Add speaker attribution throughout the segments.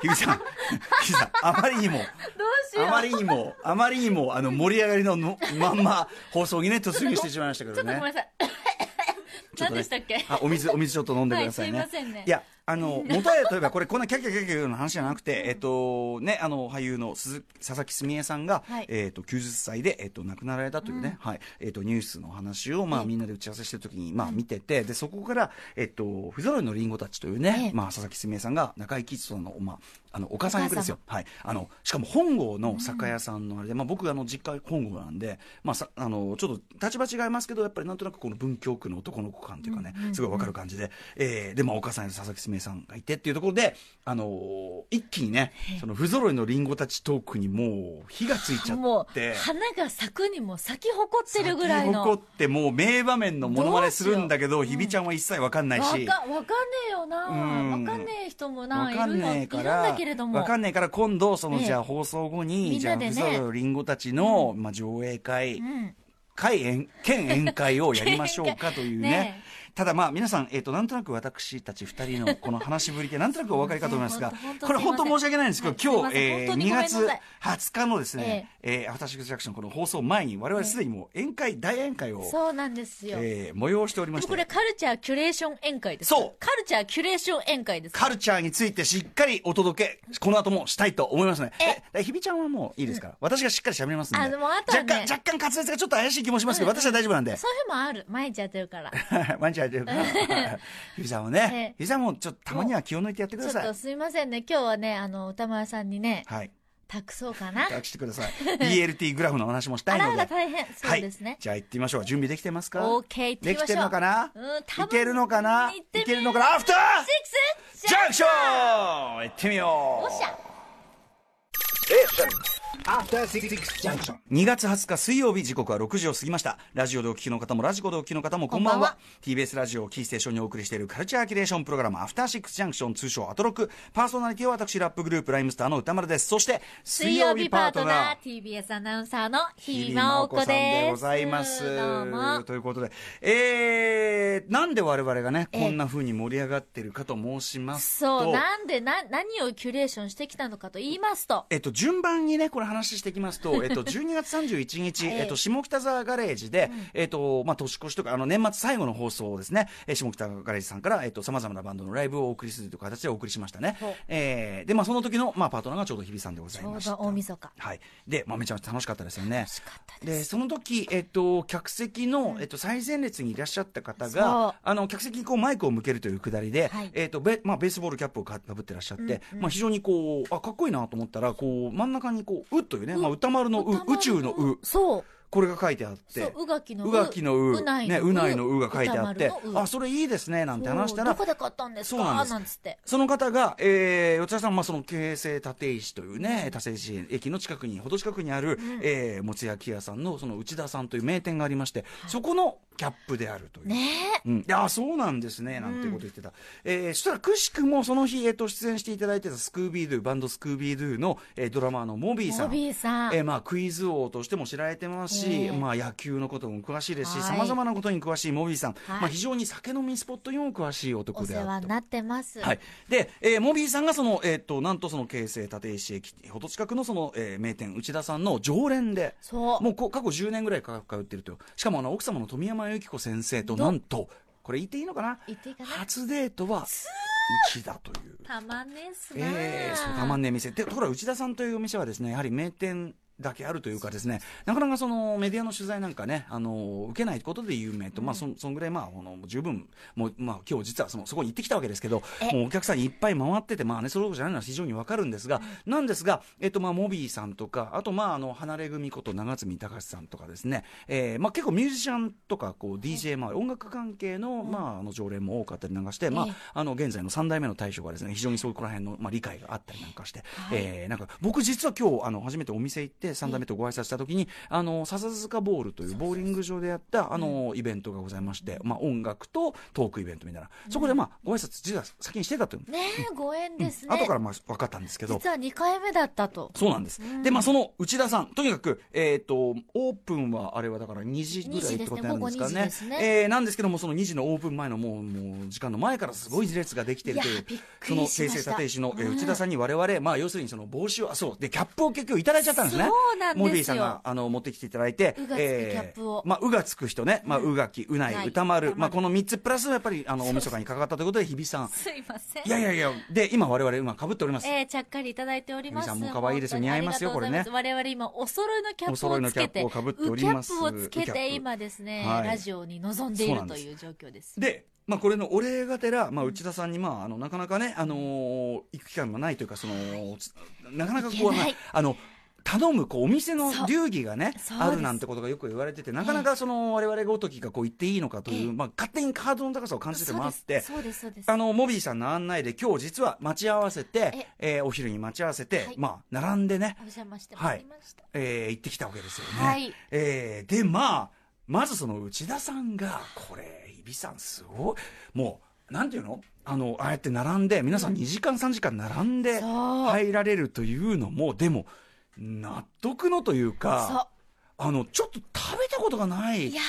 Speaker 1: 樋口さん、樋口さん、あまりにも、
Speaker 2: しよう
Speaker 1: あまりにも、あまりにも、あの、盛り上がりののまんま、放送にね、突入してしまいましたけ
Speaker 2: ちょ
Speaker 1: ど
Speaker 2: っとごめんな
Speaker 1: ね。
Speaker 2: さい。
Speaker 1: ちょっ
Speaker 2: 何
Speaker 1: とね
Speaker 2: でしたっけ
Speaker 1: あ、お水、お水ちょっと飲んでくださいね。
Speaker 2: はいすいませんね
Speaker 1: や、あの、元へといえば、これ、こんなキャッキャキャッキャの話じゃなくて、えっと、ね、あの、俳優の鈴佐々木すみえさんが、
Speaker 2: はい
Speaker 1: えっと、90歳で、えっと、亡くなられたというね、はい、えっと、ニュースの話を、まあ、みんなで打ち合わせしてる時に、まあ、見てて、で、そこから、えっと、不揃いのリンゴたちという
Speaker 2: え
Speaker 1: ね
Speaker 2: え、
Speaker 1: まあ、佐々木すみえさんが、中井貴一さんの、まあ、あの、お母さん役ですよ。はい。あの、しかも、本郷の酒屋さんのあれで、まあ、僕、あの、実家本郷なんで、まあ、さ、あの、ちょっと、立場違いますけど、やっぱり、なんとなく、この文京区の男の子感というかね、すごいわかる感じで、えーで、まあ、お母さんや佐々木すみえさんがいてっていうところで、あのー一気にね、その、不揃いのリンゴたちトークにもう、火がついちゃ
Speaker 2: も
Speaker 1: っ
Speaker 2: う
Speaker 1: て、、
Speaker 2: 花が咲くにも咲き誇ってるぐらいの。
Speaker 1: 怒って、もう、名場面のモノマネするんだけ
Speaker 2: ど
Speaker 1: ど、
Speaker 2: うしよう
Speaker 1: ひびちゃんは一切わかんない
Speaker 2: わか
Speaker 1: し。
Speaker 2: わかんねえよな、
Speaker 1: うん
Speaker 2: わかんねえ人もな
Speaker 1: わか
Speaker 2: いる
Speaker 1: ん
Speaker 2: よい
Speaker 1: ね
Speaker 2: る
Speaker 1: え
Speaker 2: ん
Speaker 1: から、
Speaker 2: だけれども
Speaker 1: わかんねえから今度、その、
Speaker 2: ええ
Speaker 1: じゃあ放送後に、
Speaker 2: みん
Speaker 1: じゃあ、
Speaker 2: なでね
Speaker 1: ふざろりんごたちの、まあ、上映会、
Speaker 2: うん、
Speaker 1: 会宴、県宴会をやりましょうかというね。
Speaker 2: ね
Speaker 1: ただまあ皆さん、えっ、と、なんとなく私たち二人のこの話しぶりで、なんとなくお分かりかと思いますが
Speaker 2: ね 本、当
Speaker 1: これ本当
Speaker 2: 本当
Speaker 1: 申し
Speaker 2: す
Speaker 1: 訳
Speaker 2: いません
Speaker 1: ないんですけど、
Speaker 2: は
Speaker 1: 今日、えー
Speaker 2: いすいません本当
Speaker 1: 2
Speaker 2: にごめんなさい
Speaker 1: 月20日のですね、えーアフターシックスジャクションこの放送前に、我々すでにもう宴会、大宴会を、
Speaker 2: そうなんですよ、
Speaker 1: えー催しておりま
Speaker 2: で
Speaker 1: し
Speaker 2: も
Speaker 1: て
Speaker 2: これ、カルチャーキュレーション宴会です
Speaker 1: そう
Speaker 2: カルチャーキュレーション宴会です
Speaker 1: カルチャーについてしっかりお届け、この後もしたいと思いますね。
Speaker 2: え
Speaker 1: え、でひびちゃんはもういいですから、私がしっかり喋りますんで。
Speaker 2: あのもうあとはね
Speaker 1: 若干、若干滑舌がちょっと怪しい気もしますけど、
Speaker 2: うん
Speaker 1: 私は大丈夫なん で。
Speaker 2: そういうのもある毎日やってるから
Speaker 1: 毎日や ってるから。ひびちゃんもね
Speaker 2: ええ、
Speaker 1: ひびちゃんもちょっとたまには気を抜いてやってく
Speaker 2: ちょ
Speaker 1: だ
Speaker 2: っ
Speaker 1: さい。
Speaker 2: とすいませんね今日はねあの歌丸さんにね
Speaker 1: はい。
Speaker 2: 託そうかな
Speaker 1: 抱きしてください。BLT グラフのお話もした
Speaker 2: あ
Speaker 1: いの
Speaker 2: ら
Speaker 1: で。
Speaker 2: あら大変そう
Speaker 1: はい
Speaker 2: ですね、
Speaker 1: じゃあ行ってみましょう。準備できてますか
Speaker 2: OK 行ってみましょ
Speaker 1: でき
Speaker 2: う
Speaker 1: てるのかな
Speaker 2: うん多分
Speaker 1: いけるのかな
Speaker 2: 行ってみ
Speaker 1: いけるのかなアフター
Speaker 2: シックス
Speaker 1: ジャンクション行ってみよう
Speaker 2: おっしゃ
Speaker 3: After Six Junction.
Speaker 1: 2月20日水曜日時刻は6時を過ぎましたラジオでお聞きの方もラジコでお聞きの方もこんばんは
Speaker 2: こんばんは
Speaker 1: TBS ラジオをキーステーションにお送りしているカルチャーキュレーションプログラム「アフターシックスジャンクション」通称アトロクパーソナリティは私ラップグループライムスターの歌丸ですそして
Speaker 2: 水曜日パートナー TBS アナウンサーの
Speaker 1: 日
Speaker 2: ひ
Speaker 1: 比
Speaker 2: ま
Speaker 1: 真央
Speaker 2: お
Speaker 1: 子
Speaker 2: こ
Speaker 1: さん
Speaker 2: です
Speaker 1: でございます
Speaker 2: どうも
Speaker 1: ということでえー、なんで我々がね
Speaker 2: ええ
Speaker 1: こんな風に盛り上がってるかと申しますと
Speaker 2: そう、なんで、な、何をキュレーションしてきたのかと言いますと、
Speaker 1: えっと、順番にね、これ話していきます と、えっと、12月31日、
Speaker 2: ええ
Speaker 1: えっと、下北沢ガレージで、えっと、まあ、年越しとか、あの、年末最後の放送をですね、えー下北沢ガレージさんから、えっと、様々なバンドのライブをお送りするという形でお送りしましたね
Speaker 2: ほう。
Speaker 1: えーで、まあ、その時の、まあ、パートナーがちょうど日比さんでござ
Speaker 2: ち
Speaker 1: い
Speaker 2: ょ
Speaker 1: ま
Speaker 2: う
Speaker 1: した。
Speaker 2: ど大晦日。
Speaker 1: はい。で、まあ、めちゃめちゃ楽しかったですよね。楽
Speaker 2: しかった
Speaker 1: でその時、えっと、客席の、えっと、最前列にいらっしゃった方が
Speaker 2: そう、
Speaker 1: あの、客席にこうマイクを向けるというくだりで、
Speaker 2: はい
Speaker 1: えっと、ベまあ、ベースボールキャップをかかぶってらっしゃって、まあ、非常にこう、あ、かっこいいなと思ったら、こう、真ん中にこう、うというね、まあ、歌丸のう、
Speaker 2: 歌丸
Speaker 1: 宇宙のう、
Speaker 2: そう。
Speaker 1: これが書いてあっ
Speaker 2: そう
Speaker 1: て、、
Speaker 2: うがきの
Speaker 1: うがきのう、
Speaker 2: うない
Speaker 1: ね、うないのうが書いてあって
Speaker 2: 歌丸、のう
Speaker 1: あ、それいいですね、なんて話した
Speaker 2: そう
Speaker 1: ら
Speaker 2: ど、こで買ったんです
Speaker 1: そうなん
Speaker 2: か
Speaker 1: です
Speaker 2: なんつって。
Speaker 1: その方が、えー、四谷さん、まあ、その、京成立石というね、立石駅の近くに、ほど近くにある、えー、もつ焼き屋さんの、その、内田さんという名店がありまして、そこのキャップであるという。
Speaker 2: ね
Speaker 1: うん、であそうなんですねなんてこと言ってた、えーそしたらくしくもその日、えー、と出演していただいてたスクービードゥバンドスクービードゥの、えードラマーのモビー
Speaker 2: え、
Speaker 1: さ
Speaker 2: モ
Speaker 1: ん
Speaker 2: ビーさん。
Speaker 1: えーまあ、クイズ王としても知られてますし、
Speaker 2: ええ
Speaker 1: まあ、野球のことも詳しいですし
Speaker 2: は
Speaker 1: さ
Speaker 2: い
Speaker 1: まざまなことに詳しいモビーさん、
Speaker 2: はい
Speaker 1: まあ、非常に酒飲みスポットにも詳しい男
Speaker 2: お
Speaker 1: で
Speaker 2: 世
Speaker 1: あ
Speaker 2: 話
Speaker 1: る
Speaker 2: に
Speaker 1: と
Speaker 2: なってます。
Speaker 1: はい。で、えーモビーさんがその、えーっ、と、なんとその京成立石駅ほど近くのその、えー名店内田さんの常連で、
Speaker 2: そう
Speaker 1: もうこ過去10年ぐらいか通ってると。しかもあの、奥様の富山由紀子先生と、なんと、これ言っていいのかな
Speaker 2: 言っていいかな
Speaker 1: 初デートは、内田という。
Speaker 2: たまんねえっすな
Speaker 1: ええそう、たまんねえ店。で、ところが内田さんというお店はですね、やはり名店、だけあるというかですね、なかなかそのメディアの取材なんかね、あの、受けないことで有名と、まあ、そん、そんぐらい、まあ、あの、十分、もう、まあ、今日実はその、そこに行ってきたわけですけど、もうお客さんいっぱい回ってて、まあね、それほどじゃないのは非常にわかるんですが、なんですが、えっと、まあ、モビーさんとか、あと、まあ、あの、離れ組こと長住隆さんとかですね、えー、まあ、結構ミュージシャンとか、こう、DJ、まあ、音楽関係の、まあ、あの、常連も多かったりなんかして、まあ
Speaker 2: ええ、
Speaker 1: あの、現在の三代目の大将がですね、非常にそこら辺の、まあ、理解があったりなんかして、えーなんか、僕実は今日、あの、初めてお店行って、て、三代目とご挨拶したときに、あの、笹塚ボールというボーリング場でやった、あの、イベントがございまして、まあ、音楽とトークイベントみたいな。そこで、まあ、ご挨拶実は先にしてたという。
Speaker 2: ねえ、ご縁ですね。
Speaker 1: 後からまあ分かったんですけど、
Speaker 2: 実は2回目だったと。
Speaker 1: そうなんです。で、まあ、その内田さん、とにかく、えっ、と、オープンは、あれはだから2時ぐらいってことになるんですか
Speaker 2: 2時で
Speaker 1: ね。
Speaker 2: すね午後2時です
Speaker 1: えーなんですけども、その2時のオープン前のもう、もう、時間の前からすごい列ができてると
Speaker 2: い
Speaker 1: い
Speaker 2: や
Speaker 1: う
Speaker 2: びっ、く
Speaker 1: その
Speaker 2: りし
Speaker 1: 平
Speaker 2: ました
Speaker 1: 成立石の、えー内田さんに我々、まあ、要するにその帽子を、あ、そう、で、キャップを結局いただいちゃったんですね。
Speaker 2: そうなんですよ
Speaker 1: モディさんが、あの、持ってきていただいて、
Speaker 2: うがつくキャップを
Speaker 1: まあ、うがつく人ね、まあ、うがき、うな、
Speaker 2: うないい
Speaker 1: 歌丸、
Speaker 2: 歌丸
Speaker 1: まあ、この3つプラス、やっぱり、あの、大晦日にかかったということで、日比さん。
Speaker 2: すいません。
Speaker 1: いやいやいや、で、今我々、今、被っております。
Speaker 2: えー、ちゃっかりいただいております。
Speaker 1: ゆみさんも可愛いですよ似合いますよ
Speaker 2: 本当にありがとうございます我々今、お揃いのキャップをつけて、
Speaker 1: お揃いのキャップを被っております
Speaker 2: ウキャップを
Speaker 1: ウ
Speaker 2: つけ
Speaker 1: キャップ
Speaker 2: て、今ですね、
Speaker 1: はい
Speaker 2: ラジオに臨んでい
Speaker 1: そう
Speaker 2: る
Speaker 1: なん
Speaker 2: と
Speaker 1: です
Speaker 2: いう状況です。
Speaker 1: で、まあ、これのお礼がてら、まあ、内田さんに、まあ、あのなかなかね、あのー行く機会もないというかその、つなかなかこう
Speaker 2: 行けない
Speaker 1: あの頼むこうお店の
Speaker 2: そう
Speaker 1: 流儀がね
Speaker 2: そうです
Speaker 1: あるなんてことがよく言われててなかなかその、我々ごときがこう言っていいのかという、
Speaker 2: ええ
Speaker 1: まあ、勝手にハードルの高さを感じて
Speaker 2: そ
Speaker 1: も
Speaker 2: う
Speaker 1: あ
Speaker 2: で
Speaker 1: っ
Speaker 2: す
Speaker 1: て。
Speaker 2: そうです、そうです。
Speaker 1: あの、モビーさんの案内で今日実は待ち合わせて、えーお昼に待ち合わせて、
Speaker 2: はい
Speaker 1: まあ、並んでね
Speaker 2: お、邪魔してまいりました。
Speaker 1: えー行ってきたわけですよね。
Speaker 2: はい
Speaker 1: えーで、まあ、まずその内田さんが、これ、日比さんすごい、もう、なんていうのあの、ああやって並んで、皆さん2時間3時間並んで
Speaker 2: そう
Speaker 1: 入られるというのも、でも、納得のというか、あの、ちょっと食べたことがな
Speaker 2: そう。
Speaker 1: い
Speaker 2: いや、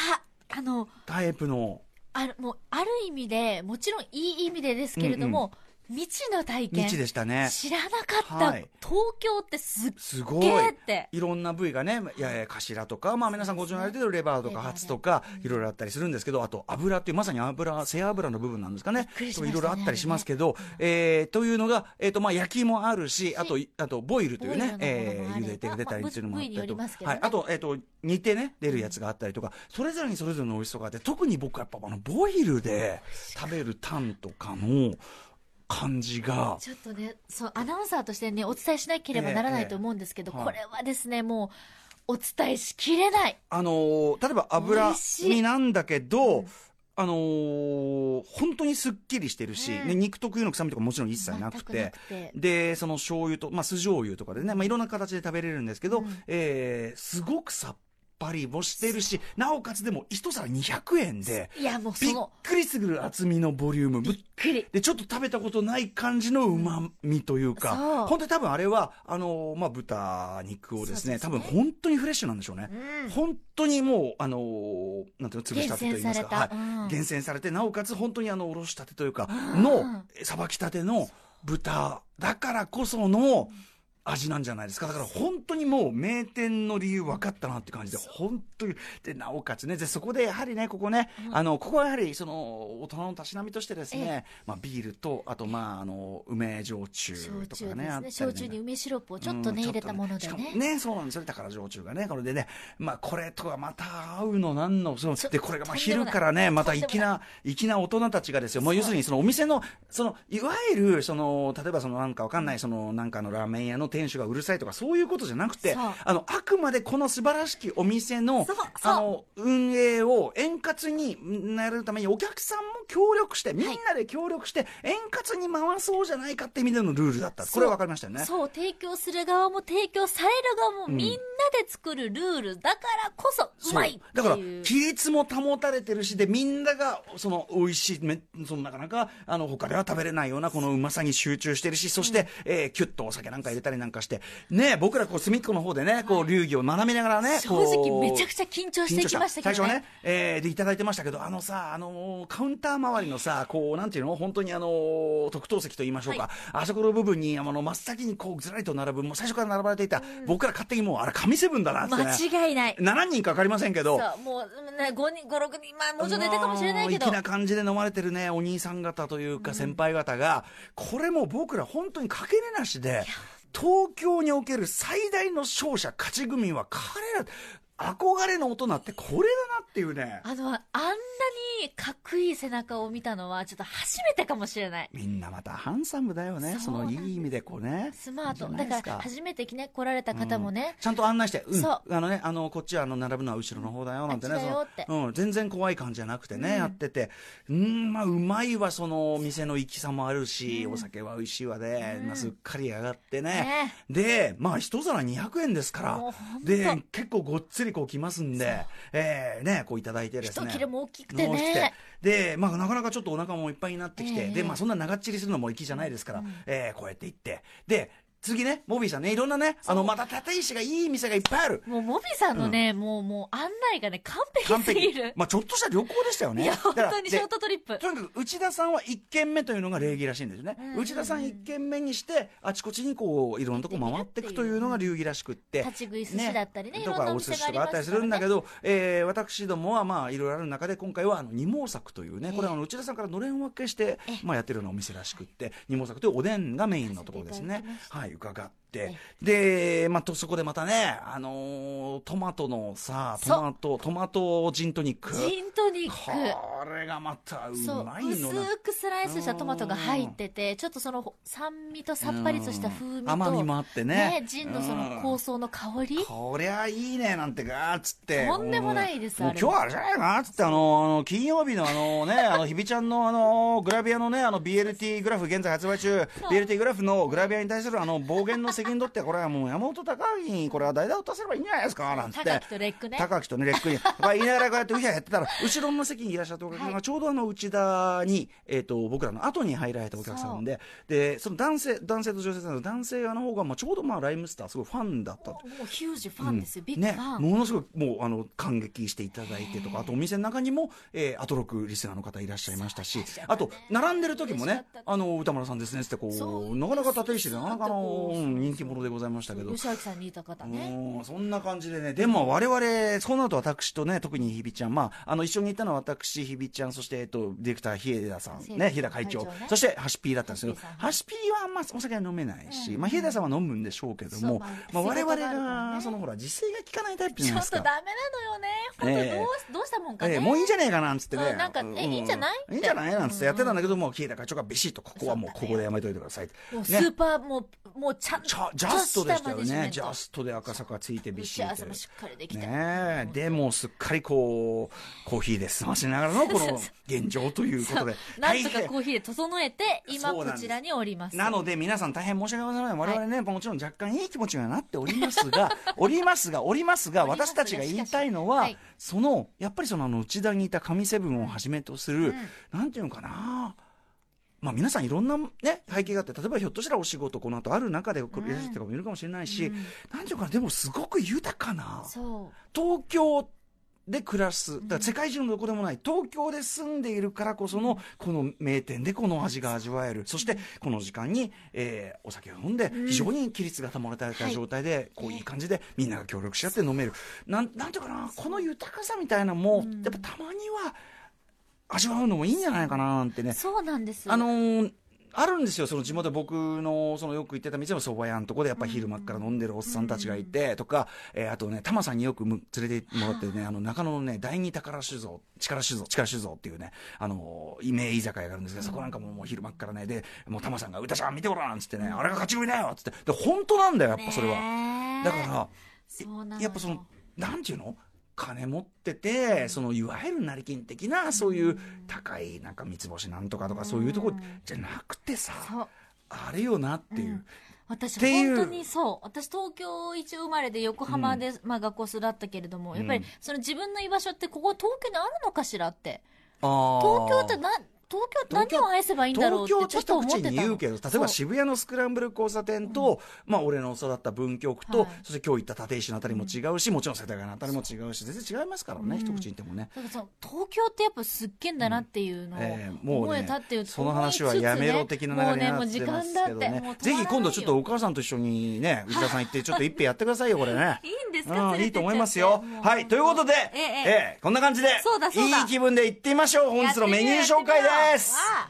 Speaker 2: あの、
Speaker 1: タイプの
Speaker 2: あるもうある意味で、もちろんいい意味でですけれども、未知の体
Speaker 1: 道
Speaker 2: 験。
Speaker 1: でしたね。
Speaker 2: 知らなかった、
Speaker 1: はい
Speaker 2: 東京ってすっ
Speaker 1: すごい
Speaker 2: げーって。
Speaker 1: いろんな部位がね、いやいや頭とか、まあ皆さんご存知のある程度レバーと
Speaker 2: レ
Speaker 1: か
Speaker 2: バーね
Speaker 1: ハツとか、いろいろあったりするんですけど、あと油っていう、まさに油、背脂の部分なんですかね。
Speaker 2: くりし
Speaker 1: と
Speaker 2: ま
Speaker 1: い
Speaker 2: したね
Speaker 1: ろいろあったりしますけど、えーというのが、えっ、と、まあ焼きもあるし、あと、あと、ボイルというね、
Speaker 2: ボイルのもの
Speaker 1: え
Speaker 2: も
Speaker 1: ー、
Speaker 2: あれ
Speaker 1: 茹
Speaker 2: ば
Speaker 1: でて出たりするのもあった
Speaker 2: まあ部位によ
Speaker 1: り
Speaker 2: り
Speaker 1: とか
Speaker 2: ますけど
Speaker 1: は
Speaker 2: ね
Speaker 1: い。あと、えっ、と、煮てね、出るやつがあったりとか、それぞれにそれぞれの美味しさがあって、特に僕はやっぱあの、ボイルで食べるタンとかの感じが、
Speaker 2: ちょっとね、そう、アナウンサーとしてね、お伝えしなければならないと思うんですけど、
Speaker 1: ええええ
Speaker 2: これはですね、もう、お伝えしきれない。
Speaker 1: あのー例えば油
Speaker 2: 美味しい
Speaker 1: 身なんだけど、あのー本当にすっきりしてるし、
Speaker 2: うん
Speaker 1: ね肉特有の臭みとかもちろん一切なくて。
Speaker 2: 全なくて
Speaker 1: で、その醤油と、まあ、酢醤油とかでね、まあ、いろんな形で食べれるんですけど、
Speaker 2: うん
Speaker 1: えーすごくさっぱりもしてるし、なおかつでも一皿200円で、
Speaker 2: いや、もう
Speaker 1: び
Speaker 2: そ
Speaker 1: っ
Speaker 2: の、
Speaker 1: くりする厚みのボリューム、ぶ
Speaker 2: びっくり。
Speaker 1: で、ちょっと食べたことない感じの旨味というか、
Speaker 2: そう
Speaker 1: 本当に多分あれは、あのーまあ、豚肉をですね、多
Speaker 2: そう
Speaker 1: 分
Speaker 2: ですね
Speaker 1: 本当にフレッシュなんでしょうね。
Speaker 2: うん。
Speaker 1: 本当にもう、あのーなんていうの、潰したてと言いますか、
Speaker 2: 厳選された
Speaker 1: は
Speaker 2: うん
Speaker 1: い、厳選されて、なおかつ本当にあの、おろしたてというか、
Speaker 2: ん
Speaker 1: の、さばきたての豚だからこその味なんじゃないですか。だから本当にもう名店の理由分かったなって感じで、本当に、で、なおかつね、で、そこでやはりね、ここね、あの、ここはやはり、その、大人のたしなみとしてですね、まあ、ビールと、あと、まあ、あの、梅焼酎
Speaker 2: 焼
Speaker 1: と
Speaker 2: 酎
Speaker 1: か
Speaker 2: です
Speaker 1: ね、あったり
Speaker 2: ね。焼酎に梅シロップをちょっとね、
Speaker 1: うん
Speaker 2: 入れたもので
Speaker 1: ちょっとし
Speaker 2: ね
Speaker 1: か。もね、そうなんですよ。だから焼酎がね、これでね、まあこれとはまた合うのなんの、その
Speaker 2: ちょ
Speaker 1: で、これがまあ
Speaker 2: とんでも
Speaker 1: 昼
Speaker 2: ない
Speaker 1: からね、また
Speaker 2: とんでもない
Speaker 1: 粋な、粋な大人たちがですよ。もう要するにそのお店の、その、いわゆる、その、例えばそのなんかわかんない、そのなんかのラーメン屋の店主がうるさいとか、そういうことじゃなくて、
Speaker 2: そう
Speaker 1: あの、あくまでこの素晴らしきお店の
Speaker 2: そう、そう
Speaker 1: あの、運営を円滑になるために、お客さんも協力して、みんなで協力して、円滑に回そうじゃないかって意味でのルールだった。これわかりましたよね。
Speaker 2: そう、提供する側も提供される側もみんなで作るルールだからこそ、うまいっていう。
Speaker 1: だから、規律も保たれてるし、で、みんなが、その、美味しい、めその、なかなか、あの、他では食べれないような、このうまさに集中してるし、そして、えーキュッとお酒なんか入れたりなんかして、ね、僕ら、こう、隅っこの方でね、こう、流儀を学びながらね、
Speaker 2: 正
Speaker 1: こう
Speaker 2: 直めちゃくちゃ緊張して
Speaker 1: 緊張
Speaker 2: きましたけ
Speaker 1: 最初
Speaker 2: ど
Speaker 1: は
Speaker 2: ね
Speaker 1: ね。、えーで、いただいてましたけど、あのさ、あのーカウンター周りのさ、こう、なんていうの本当にあのー特等席と言いましょうか。
Speaker 2: はい
Speaker 1: あそこの部分に、あの、真っ先にこう、ずらりと並ぶ、もう最初から並ばれていた、僕ら勝手にもう、あれ、神セブンだなって、ね。
Speaker 2: 間違いない。
Speaker 1: 7人かかりませんけど、
Speaker 2: そう、もう、ね、5人、5、6人、まあ、もうちょっと出たかもしれないけど
Speaker 1: あのー粋。な感じで飲まれてるね、お兄さん方というか、先輩方が、これもう僕ら本当にかけねなしで、東京における最大の勝者、勝ち組は彼ら、憧れの大人ってこれだなっていうね
Speaker 2: あの、あんなにかっこいい背中を見たのは、ちょっと初めてかもしれない。
Speaker 1: みんなまたハンサムだよねそ
Speaker 2: そ
Speaker 1: う
Speaker 2: なん
Speaker 1: の
Speaker 2: です
Speaker 1: いい意味でこうね
Speaker 2: スマート。
Speaker 1: いいじゃな
Speaker 2: だ
Speaker 1: いです
Speaker 2: から、初めてね、来られた方もね、
Speaker 1: ちゃんと案内して、うん、
Speaker 2: そ
Speaker 1: あのね、あの、こっちはあの、並ぶのは後ろの方だよ、なんてね
Speaker 2: あっちだよって
Speaker 1: そのうん、全然怖い感じじゃなくてね、やってて、うん、まあ、うまいわ、その、店の行きさもあるし、お酒は美味しいわで、まあ、すっかり上がってね
Speaker 2: ね。
Speaker 1: で、まあ、一皿200円ですから
Speaker 2: もうほん、と
Speaker 1: で、結構ごっつりこう来ますんで、えーね、こういただいてです
Speaker 2: 一
Speaker 1: ね。
Speaker 2: 切れも大きくて
Speaker 1: もう来て
Speaker 2: ね。
Speaker 1: で、まあ、なかなかちょっとお腹もいっぱいになってきて、
Speaker 2: ええ
Speaker 1: で、まあ、そんな長っちりするのも粋じゃないですから、えーこうやって行って、で、次ね、モビーさんね、いろんなね、あの、また立石がいい店がいっぱいある。
Speaker 2: もう、もびさんのね、もう、もう、案内がね、完
Speaker 1: 完
Speaker 2: 璧すぎ
Speaker 1: 璧
Speaker 2: る。。
Speaker 1: まあ、ちょっとした旅行でしたよね。
Speaker 2: いや、本
Speaker 1: だか
Speaker 2: 当
Speaker 1: ら
Speaker 2: に
Speaker 1: で
Speaker 2: ショートトリップ。
Speaker 1: とにかく内田さんは1軒目というのが礼儀らしいんですね、
Speaker 2: うんうんうん
Speaker 1: 内田さん1軒目にしてあちこちにこういろんなとこ回っていくというのが流儀らしくって
Speaker 2: 立ち食い寿司だったりねい
Speaker 1: と
Speaker 2: ろんな
Speaker 1: か
Speaker 2: お
Speaker 1: お寿
Speaker 2: 店が
Speaker 1: 司
Speaker 2: あ
Speaker 1: と
Speaker 2: り
Speaker 1: かあった
Speaker 2: ますからね
Speaker 1: りするんだけど、えー私どもはまあいろいろある中で今回はあの二毛作というねこれはあの内田さんからのれん分けして、まあ、やってるようなお店らしくって二毛作というおでんがメインのところですねはい伺ってで、まあ、とそこでまたね、あのートマトのさ
Speaker 2: そう
Speaker 1: トマトトマトジントニック
Speaker 2: ジントニッ
Speaker 1: こ
Speaker 2: ク。
Speaker 1: れがまたう
Speaker 2: そう
Speaker 1: まいのな
Speaker 2: 薄くスライスしたトマトが入っててちょっとその酸味とさっぱりとした風味と
Speaker 1: うん甘みもあってね
Speaker 2: ジンのその香草の香り
Speaker 1: こりゃいいねなんてガーッつって
Speaker 2: とんでもないです
Speaker 1: もう
Speaker 2: あれ
Speaker 1: 今日はあれじゃないかなっつってあのあの金曜日のあのねあのひびちゃんのあのグラビアのねあの BLT グラフ現在発売中 BLT グラフのグラビアに対するあの暴言の責任取ってこれはもう山本高明にこれは代打を出せればいいんじゃないですかなんつって
Speaker 2: 高木とレックね
Speaker 1: 高木とねレックにこれ言いながらこうやってうひゃやってたら後ろの席にいらっしゃったお客さん
Speaker 2: は
Speaker 1: がちょうどあの内田に、えー、と僕らの後に入られたお客さんででその男性男性と女性さんの男性側の方がまあちょうどまあライムスターすごいファンだったと
Speaker 2: もうヒュージファンですよ、ビッグ
Speaker 1: ね
Speaker 2: ファ、ン、
Speaker 1: ものすごくもうあの感激していただいてとか、あとお店の中にも、えー、アトロクリスナーの方いらっしゃいましたし、あと、並んでる時も
Speaker 2: 嬉
Speaker 1: ね
Speaker 2: しかっ、た
Speaker 1: あの、歌丸さんですねってこ
Speaker 2: そう
Speaker 1: う、なかなか立石で、なかなかあの
Speaker 2: そう、そう
Speaker 1: うん人気者でございましたけど。
Speaker 2: 吉明さんにいた方ね
Speaker 1: うんそんな感じでね、でも我々、そうなると私とね、特にひびちゃん、まあ、あの、一緒に行ったのは私、ひびちゃん、そして、えっと、ディレクター、ひえださん、ね、
Speaker 2: ひ
Speaker 1: ひ
Speaker 2: えだ
Speaker 1: だ
Speaker 2: 会
Speaker 1: 会
Speaker 2: 長
Speaker 1: 長、
Speaker 2: ね
Speaker 1: そして、はしぴーだったんですけど
Speaker 2: はしぴーさん、
Speaker 1: はしぴーはあんまお酒は飲めないし、まあ、ひえださんは飲むんでしょうけど
Speaker 2: そう
Speaker 1: も
Speaker 2: まあ、
Speaker 1: まあ、我々
Speaker 2: 仕事があるから
Speaker 1: が、
Speaker 2: ね
Speaker 1: その、ほら、自炊が効かないタイプじ
Speaker 2: ち
Speaker 1: ゃ
Speaker 2: ょ
Speaker 1: ないで
Speaker 2: っ
Speaker 1: す
Speaker 2: とダ
Speaker 1: か
Speaker 2: メ。なのよね本当どう,、どうしたもんかね、
Speaker 1: ええもういいんじゃねえかなんつって
Speaker 2: う
Speaker 1: ね。
Speaker 2: んなんかえいいんじゃない
Speaker 1: いいんじゃないなんつってやってたんだけども、ひえだ会長がビシッと、ここはもう、
Speaker 2: そうだ
Speaker 1: こ
Speaker 2: ね
Speaker 1: こでやめといてくださいって。
Speaker 2: もうス
Speaker 1: ね
Speaker 2: ーパーもうもうちゃんと
Speaker 1: ちゃジャストでしたよ
Speaker 2: マネジメ
Speaker 1: ね
Speaker 2: ン。ト
Speaker 1: ジャストで赤坂ついてび
Speaker 2: 打
Speaker 1: っし
Speaker 2: ち
Speaker 1: り
Speaker 2: 合
Speaker 1: と
Speaker 2: わせもしっかりできて、。
Speaker 1: ねえ、でもうすっかりこう、コーヒーで済ませながらのこの現状ということで
Speaker 2: なんと
Speaker 1: 大
Speaker 2: か
Speaker 1: 変
Speaker 2: コーヒーで整えて今
Speaker 1: そう
Speaker 2: こ
Speaker 1: なんです
Speaker 2: ちらにおります
Speaker 1: なので皆さん大変申し訳ございません。我々ね、もちろん若干いい気持ちにはなっております が、おりますが、おりますが、
Speaker 2: おります
Speaker 1: 私
Speaker 2: が
Speaker 1: たちが言いたいのは、
Speaker 2: しかしはい
Speaker 1: その、やっぱりそのあの内田にいた神セブンをはじめとする、なんていうのかな、まあ皆さんいろんなね、背景があって、例えばひょっとしたらお仕事この後ある中で来るいらっしゃる方もいるかもしれないし、なんていうのかな、でもすごく豊かな。
Speaker 2: そう
Speaker 1: 東京で暮らす、だから世界中のどこでもない、東京で住んでいるからこその、この名店でこの味が味わえる、そしてこの時間に、えーお酒を飲んで、非常に規律が保たれた状態で、こういい感じで、みんなが協力し合って飲める、なんなんていうかな、この豊かさみたいなのも、やっぱたまには味わうのもいいんじゃないかななんてね、
Speaker 2: そうなんですよ
Speaker 1: あのーあるんですよ、その地元で僕のそのよく行ってた店の蕎麦屋のとこで、やっぱり昼間っから飲んでるおっさんたちがいて、とか、えーあとね、タマさんによくむ連れてもらってね、あの、中野のね、第二宝酒造、力酒造、力酒造っていうね、あのー、名居酒屋があるんですけど、そこなんかもうもう昼間っからね、で、もうタマさんが、歌ちゃん見てごらんっつってね、あれが勝ち組だよっつって、で、本当なんだよ、やっぱそれは。
Speaker 2: ねえ
Speaker 1: だから、
Speaker 2: そうなのよ
Speaker 1: やっぱその、なんていうの金持ってて、そのいわゆる成金的な、そういう高いなんか三つ星なんとかとか、そういうとこじゃなくてさ、
Speaker 2: そう
Speaker 1: あれよなっていう。
Speaker 2: 私
Speaker 1: っていう
Speaker 2: 本当にそう私東京一生まれで横浜で、まあ、学校育ったけれどもやっぱりその自分の居場所ってここ東京にあるのかしらって
Speaker 1: あ
Speaker 2: 東京って
Speaker 1: ー
Speaker 2: な東京って何を愛せばいいんだろう
Speaker 1: 東京
Speaker 2: っ
Speaker 1: っ
Speaker 2: てちょ
Speaker 1: て
Speaker 2: っと
Speaker 1: 一
Speaker 2: 思っ
Speaker 1: 口
Speaker 2: てた
Speaker 1: に言うけど、例えば
Speaker 2: そう
Speaker 1: 渋谷のスクランブル交差点と、まあ俺の育った文京区と、
Speaker 2: はい
Speaker 1: そして今日行った立石のあたりも違うし、もちろん世田谷のあたりも違うし、全然違いますからね、一口に言ってもね。
Speaker 2: だからその東京ってやっぱすっげえんだなっていうのを
Speaker 1: えーもう
Speaker 2: 思え
Speaker 1: ね
Speaker 2: たっていう、、
Speaker 1: その話はやめろ的な
Speaker 2: もう
Speaker 1: 流れに
Speaker 2: ねも
Speaker 1: な
Speaker 2: う
Speaker 1: っ
Speaker 2: 時
Speaker 1: てま
Speaker 2: 間
Speaker 1: す
Speaker 2: だ
Speaker 1: け
Speaker 2: っ
Speaker 1: ど
Speaker 2: てもう
Speaker 1: ね。
Speaker 2: 止
Speaker 1: ぜ
Speaker 2: まらないよ
Speaker 1: ひ今度ちょっとお母さんと一緒にね、内田さん行ってちょっと一杯やってくださいよ、これね。
Speaker 2: いいんですか連
Speaker 1: う
Speaker 2: れ
Speaker 1: ん、
Speaker 2: て
Speaker 1: い
Speaker 2: っ
Speaker 1: いと
Speaker 2: ちゃって
Speaker 1: 思いますよ
Speaker 2: もう。
Speaker 1: はい、ということで、
Speaker 2: え
Speaker 1: え
Speaker 2: えええ
Speaker 1: えこんな感じで
Speaker 2: そうだそうだ
Speaker 1: いい気分で行ってみましょう。本日のメニュー紹介です。
Speaker 2: わあ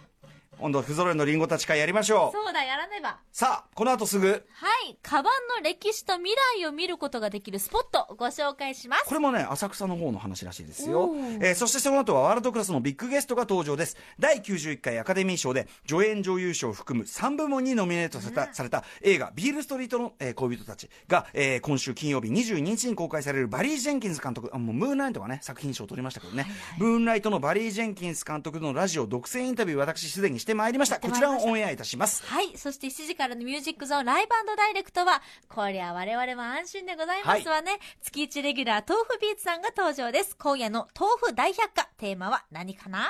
Speaker 1: 今度は不揃いのリンゴたち会やりましょう
Speaker 2: そうだ、やらねば。
Speaker 1: さあこの後すぐ
Speaker 2: はい、カバンの歴史と未来を見ることができるスポット、ご紹介します。
Speaker 1: これもね、浅草の方の話らしいですよ
Speaker 2: お。ー
Speaker 1: えーそしてその後はワールドクラスのビッグゲストが登場です。第91回アカデミー賞で助演女優賞を含む3部門にノミネートされた,、された映画ビールストリートの、えー恋人たちが、えー今週金曜日22日に公開されるバリー・ジェンキンス監督、あもうムーンライトがね、作品賞を取りましたけどね、ムーンライトのバリー・ジェンキンス監督のラジオ独占インタビュー私すでにしてまいりました。
Speaker 2: やって
Speaker 1: こ
Speaker 2: まい
Speaker 1: ち
Speaker 2: り
Speaker 1: ら
Speaker 2: ました
Speaker 1: をオンエアいたします。
Speaker 2: はい。そして7時からのミュージックゾーンライブダイレクトは、こりゃ我々は安心でございますわね。月1レギュラー豆腐ビーツさんが登場です。今夜の豆腐大百科、テーマは何かな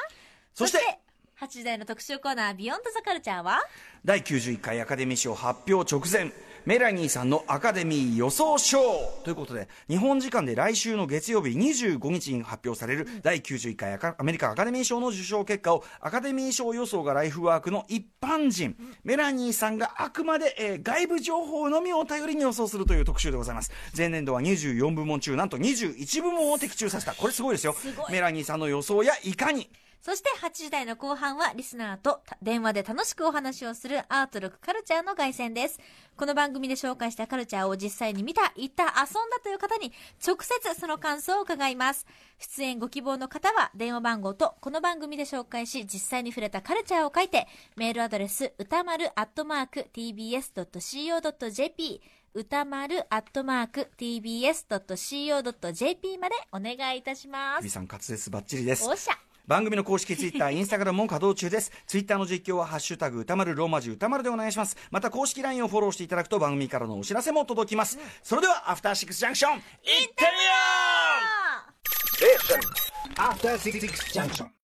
Speaker 1: そして
Speaker 2: 8時台の特集コーナー、ビヨンドザカルチャーは
Speaker 1: 第91回アカデミー賞発表直前メラニーさんのアカデミー予想賞ということで日本時間で来週の月曜日25日に発表される第91回アカアメリカアカデミー賞の受賞結果をアカデミー賞予想がライフワークの一般人メラニーさんがあくまで、えー外部情報のみを頼りに予想するという特集でございます前年度は24部門中なんと21部門を的中させたこれすごいですよ
Speaker 2: ごい
Speaker 1: メラニーさんの予想やいかに
Speaker 2: そして8時台の後半はリスナーと電話で楽しくお話をするアートロックカルチャーの凱旋です。この番組で紹介したカルチャーを実際に見た、行った、遊んだという方に直接その感想を伺います。出演ご希望の方は電話番号とこの番組で紹介し実際に触れたカルチャーを書いてメールアドレス歌丸アットマーク tbs.co.jp 歌丸アットマーク tbs.co.jp までお願いいたしま
Speaker 1: 日比
Speaker 2: す。
Speaker 1: さん滑舌バッチリです
Speaker 2: おっしゃ
Speaker 1: 番組の公式ツイッター、インスタグラムも稼働中です。ツイッターの実況は、ハッシュタグ歌丸ローマ字歌丸でお願いします。また公式 LINE をフォローしていただくと番組からのお知らせも届きます。それでは、アフターシックスジャンクション、いってみよう
Speaker 3: After Six Junction.